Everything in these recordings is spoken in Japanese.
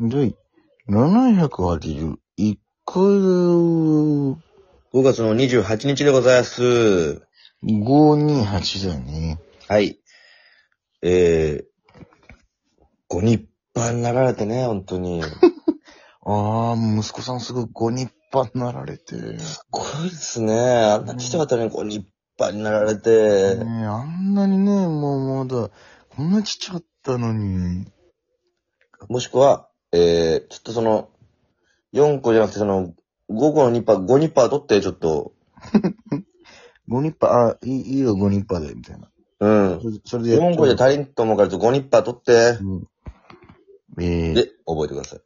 第781回5月の28日でございます。 528だね。はい。えー、ご日派になられてね、本当に。すあー、息子さんすぐご立派になられて。ねごいですね。あんなちっちゃかったのにご日派になられて。えあんなにね、もうまだ、こんなちっちゃかったのに。もしくは、えー、ちょっとその、4個じゃなくてその、5個の日派、5日派取って、ちょっと。ご立派、あ、いいいいよ、ご立派で、みたいな。うんそ。れそれでやっ4個じゃ足りんと思うから、ちょっと5日派取って。うんえー、で、覚えてください。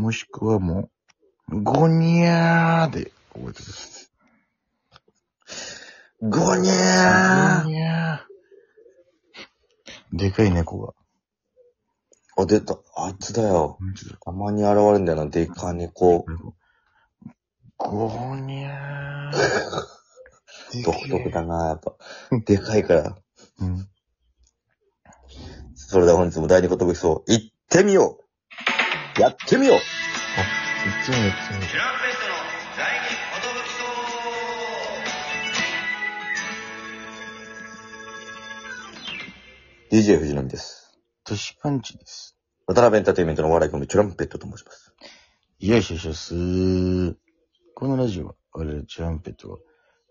もしくはもう、ごにゃーで、覚えてください。ごにあゃーでかい猫が。あ、出た。あいつだよ。たまに現れるんだよな、デカ猫。ごにゃー。独特だな、やっぱ。でかいから。うん。それでは本日も第二言武器そう。行ってみようやってみよういつもやってみるランペストの第二言武器そう DJ 藤波です。トシパンチです。渡辺エンターテインメントのお笑いコンビ、チュランペットと申します。よいしょよいしょすー。このラジオは、我々チャンペットが、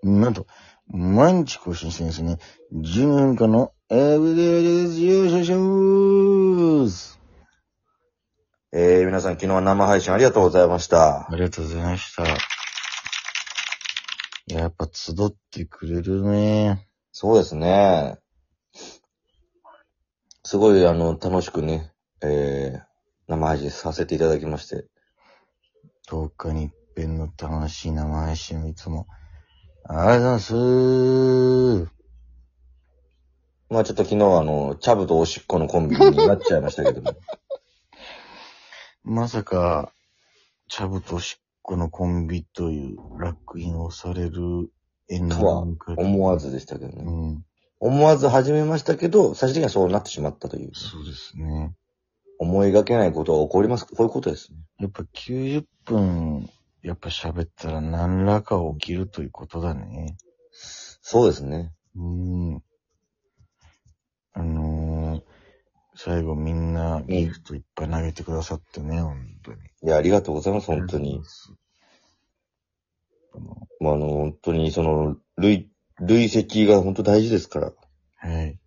なんと、毎日更新してるんですね。12分間のエブリデイです。よいしょよいしょーす。えー、皆さん昨日は生配信ありがとうございましたあ。りがとうございました。やっぱ集ってくれるね。そうですね。すごい、あの、楽しくね、えー、生配信させていただきまして。 10日に一遍の楽しい生配信をいつも。ありがとうございます。まあちょっと昨日はあの、チャブとおしっこのコンビになっちゃいましたけども。 まさか、チャブとしっこのコンビというラックインをされる演とは思わず。ずでしたけどうね。ん。思わず始めましたけど、最終的にはそうなってしまったという。そうですね。思いがけないことが起こります。こういうことですね。やっぱ90分、やっぱ喋ったら何らか起きるということだね。そうですね。うん。あのー、最後みんなギフトいっぱい投げてくださってね、本当に。いや、ありがとうございます、本当に。。あの、まああの、本当に、その、累、累積が本当大事ですから。はい。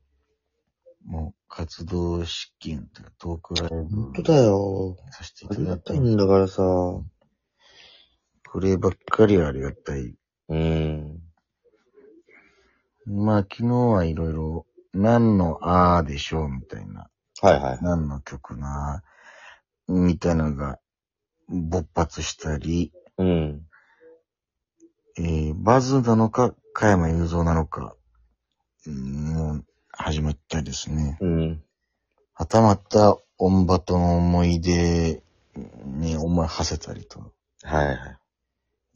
もう、活動資金とか、トークライブ。本当だよ。させていあたりだがいたてい。んだからさ。こればっかりはありがたい。うん。まあ、昨日はいろいろ、何のあーでしょうみたいな、はいはい。何の曲なー、みたいなのが、勃発したり、うん。えー、バズなのか、加山雄三なのか、うんもう、始まったりですね。うん。はたまた、オンバトの思い出に思い馳せたりと、はいは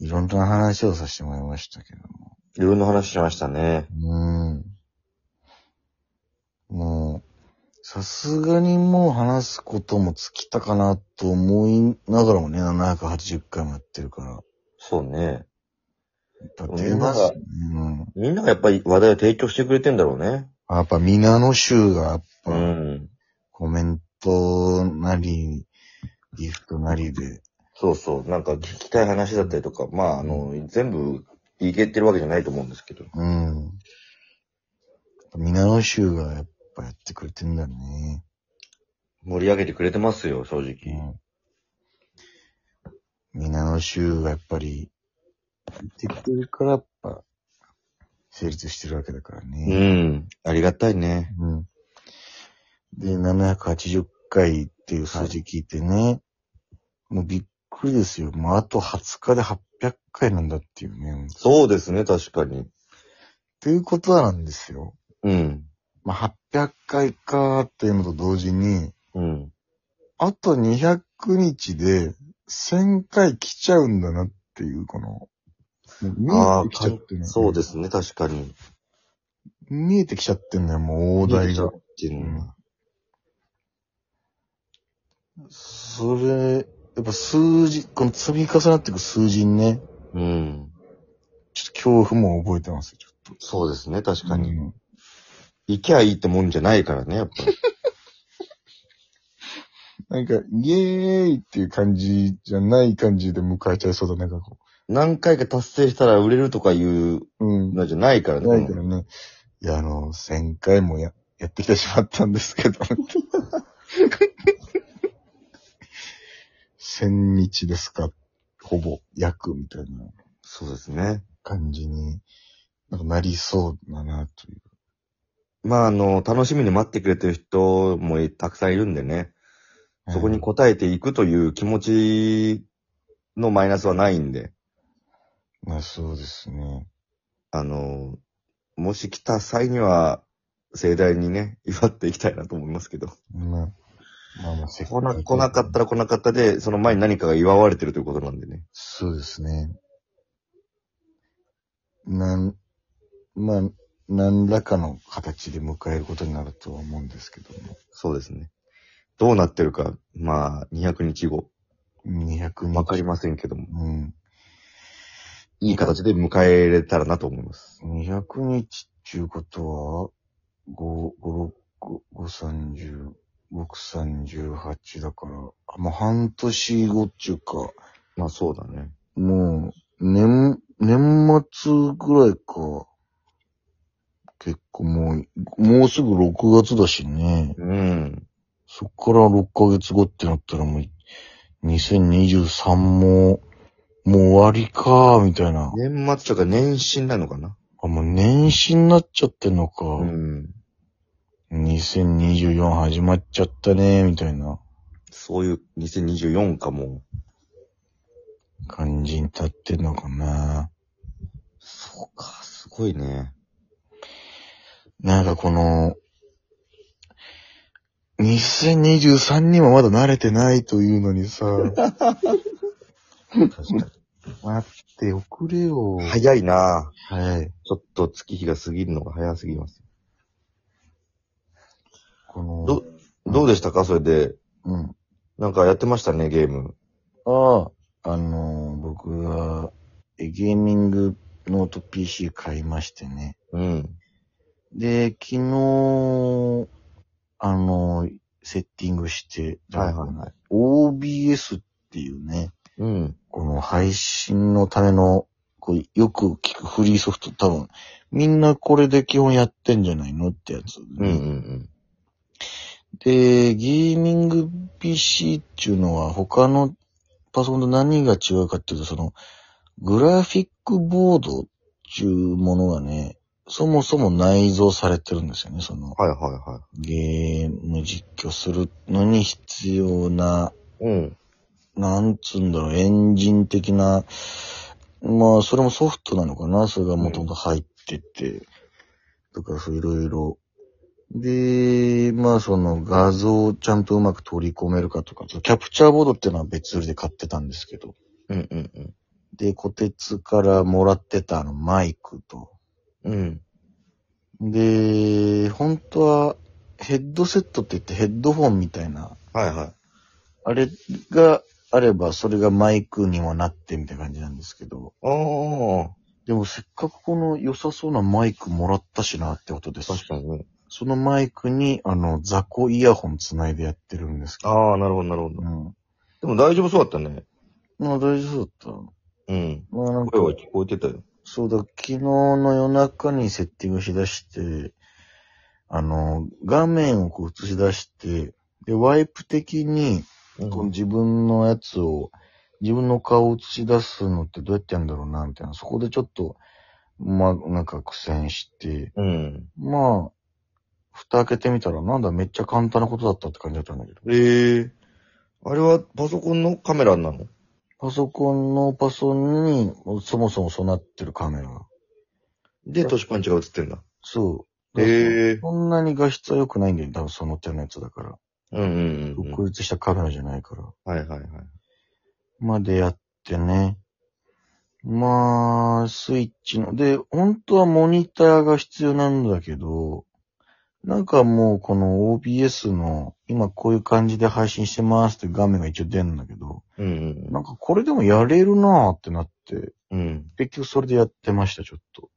いろんな話をさせてもらいましたけども。い。いろんな話しましたね。うん。もう、さすがにもう話すことも尽きたかなと思いながらもね、780回もやってるから。そうね。やっぱ出ますね。うん。みんながやっぱり話題を提供してくれてんだろうね。やっぱ皆の州がやっぱ、うん。コメントなり、ギフトなりで。そうそう。なんか聞きたい話だったりとか、まあ、あの、全部いけてるわけじゃないと思うんですけど。うん。皆の州がやっぱやってくれてんだね。盛り上げてくれてますよ、正直。うん。皆の州がやっぱり、できてるからやっぱ、成立してるわけだからうん。ね。ありがたいね。うん。で、780回っていう数字聞いてね、もうびっくりですよ。もうあと20日で800回なんだっていうね。そうですね、確かに。ということはなんですよ。うん。まあ、800回かーっていうのと同時に、うん。あと200日で1000回来ちゃうんだなっていう、この、もう見えてきちゃってね。そうですね、確かに。見えてきちゃってんだよ、もう大台が。っていうのがそれ、やっぱ数字、この積み重なっていく数字にね、うん。ちょっと恐怖も覚えてますよ、ちょっそうですね、確と。かに。うん行きゃいいってもんじゃないからね、やっ ぱ。なんか、イエーイっていう感じじゃない感じで迎えちゃいそうだ、なんかこ何回か達成したら売れるとかいうう。うん。のじゃないからね。ないからね。いや、あの、1000回もや、やってきてしまったんですけど。1000日ですか、ほぼ、約みたいなそうですね。感じになんかなりそうだな、という。まあ、あの、楽しみに待ってくれてる人もたくさんいるんでね。そこはにい応えていくという気持ちのマイナスはないんで。まあそうですね。あの、もし来た際には、盛大にね、 祝っていきたいなと思いますけど。まあ、まあまあ、せ来な、来なかったら来なかったで、その前に何かが祝われてるということなんでね。そうですね。なん、まあ、何らかの形で迎えることになるとは思うんですけども。そうですね。どうなってるか、まあ、200日後、 200人。わかりませんけども、うん。いい形で迎えれたらなと思います。 200日っていうことは、5、5、6、5、30、6、38だから、あもう半年後っていうか、まあ、そうだね。もう、年、年末ぐらいか。結構もう、もうすぐ6月だしね。うん。そっから6ヶ月後ってなったらもう、2023も、もう終わりか、みたいな。年末とか年始なのかなあ、もう年始になっちゃってんのか。うん。 2024始まっちゃったね、みたいなそういう2024かも。感じに立ってんのかな。そうか、すごいね。なんかこの、2023にもまだ慣れてないというのに さ、待確かに。っておくれよ。はい。早いなはい。ちょっと月日が過ぎるのが早すぎます。この、ど、どうでしたかそれで。うん。なんかやってましたね、ゲーム。ああ、あのー、僕は、えゲーミングノート PC 買いましてね。うん。で、昨日、あのー、セッティングして、はいはいはい。 OBS っていうね、うん。この配信のための、こうよく聞くフリーソフト多分、みんなこれで基本やってんじゃないのってやつ、うんうんうん。で、ゲーミング PC っていうのは他のパソコンと何が違うかっていうと、その、グラフィックボードっていうものがね、そもそも内蔵されてるんですよね。その、はいはいはゲーム実況するのに必要な、い。うん。なんつうんだろう、エンジン的な、まあ、それもソフトなのかなそれがもともと入ってて、とか、そういろいろ。で、まあ、その画像をちゃんとうまく取り込めるかとか、キャプチャーボードっていうのは別で買ってたんですけど、うんうんうん。で、小鉄からもらってたあのマイクと、うん。で、本当はヘッドセットって言ってヘッドフォンみたいな、はいはい。あれがあればそれがマイクにもなってみたいな感じなんですけど、ああ、でもせっかくこの良さそうなマイクもらったしなってことです。確かにね。そのマイクに、あの、雑魚イヤホンつないでやってるんですけど。ああ、なるほどなるほうど。ん。でも大丈夫そうだったね。まあ大丈夫だっうん。た。まあなんか声、は聞こえてたよ。そうだ、昨日の夜中にセッティングしだして、あの、画面をこう映し出して、で、ワイプ的に、うこの自分のやつを、自分の顔を映し出すのってどうやってやるんだろうな、みたいな。そこでちょっと、まあ、なんか苦戦して、うん。まあ、蓋開けてみたら、なんだ、めっちゃ簡単なことだったって感じだったんだけど。ええあれはパソコンのカメラなのパソコンのパソコンに、そもそも備わってるカメラが。で、トシパンチが映ってんだ。そう。ええそんなに画質は良くないんだよ。多分その手のやつだから。うんうんうんうん。独立したカメラじゃないから。はいはいはい。までやってね。まあ、スイッチの。で、本当はモニターが必要なんだけど、なんかもうこの OBS の今こういう感じで配信してますって画面が一応出るんだけど、うんなんかこれでもやれるなーってなって、うん。うん。結局それでやってました、ちょっと。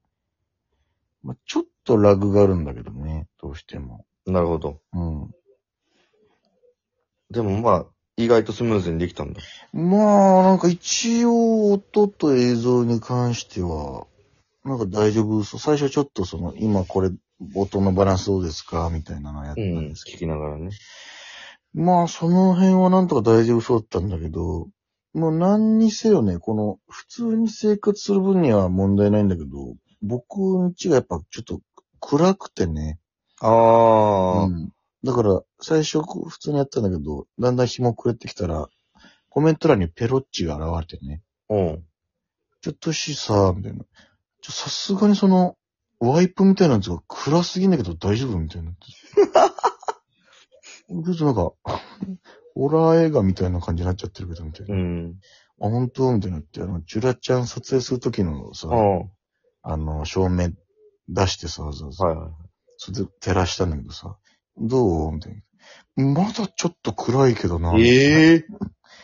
まあ、ちょっとラグがあるんだけどね、どうしても。なるほど。うん。でもまあ、意外とスムーズにできたんだ。まあ、なんか一応音と映像に関しては、なんか大丈夫そう。最初ちょっとその、今これ、音のバランスどうですかみたいなのやっうたんん。ですけど聞きながらね。まあ、その辺はなんとか大丈夫そうだったんだけど、もう何にせよね、この、普通に生活する分には問題ないんだけど、僕の家がやっぱちょっと暗くてね。ああ、うん。だから、最初こう普通にやったんだけど、だんだん日も暮れてきたら、コメント欄にペロッチが現れてね、うん。ちょっとしさ、みたいな。ちょ、さすがにその、ワイプみたいなやつが暗すぎんだけど大丈夫みたいになって。 ちょっとなんか、ホラー映画みたいな感じになっちゃってるけど、みたいうな。ん。あ、本当みたいになって、あの、ジュラちゃん撮影するときのさ、ああ、はいあの、照明出してさ、わざわざはい。それで照らしたんだけどさ、どうみたいな。まだちょっと暗いけどな。ええ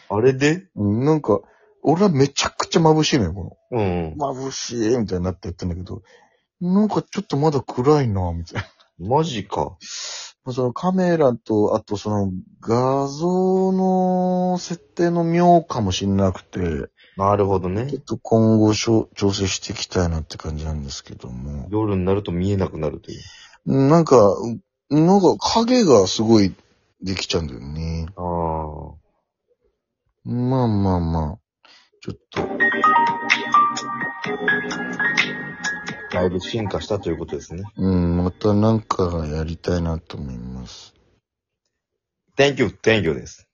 あれでうんなんか、俺はめちゃくちゃ眩しいのよ、この。うん。眩しいみたいになってやったんだけど、なんかちょっとまだ暗いなみたいな。マジか。まあ そのカメラと、あとその画像の設定の妙かもしんなくて、なるほどちょねっ。と今後しょ調整していきたいなって感じなんですけども。夜になると見えなくなるという。なんか、なんか影がすごいできちゃうんだよね。ああ。まあまあまあ。ちょっと、だいぶ進化したということですね。うん、またなんかやりたいなと思います。 Thank you, thank you です。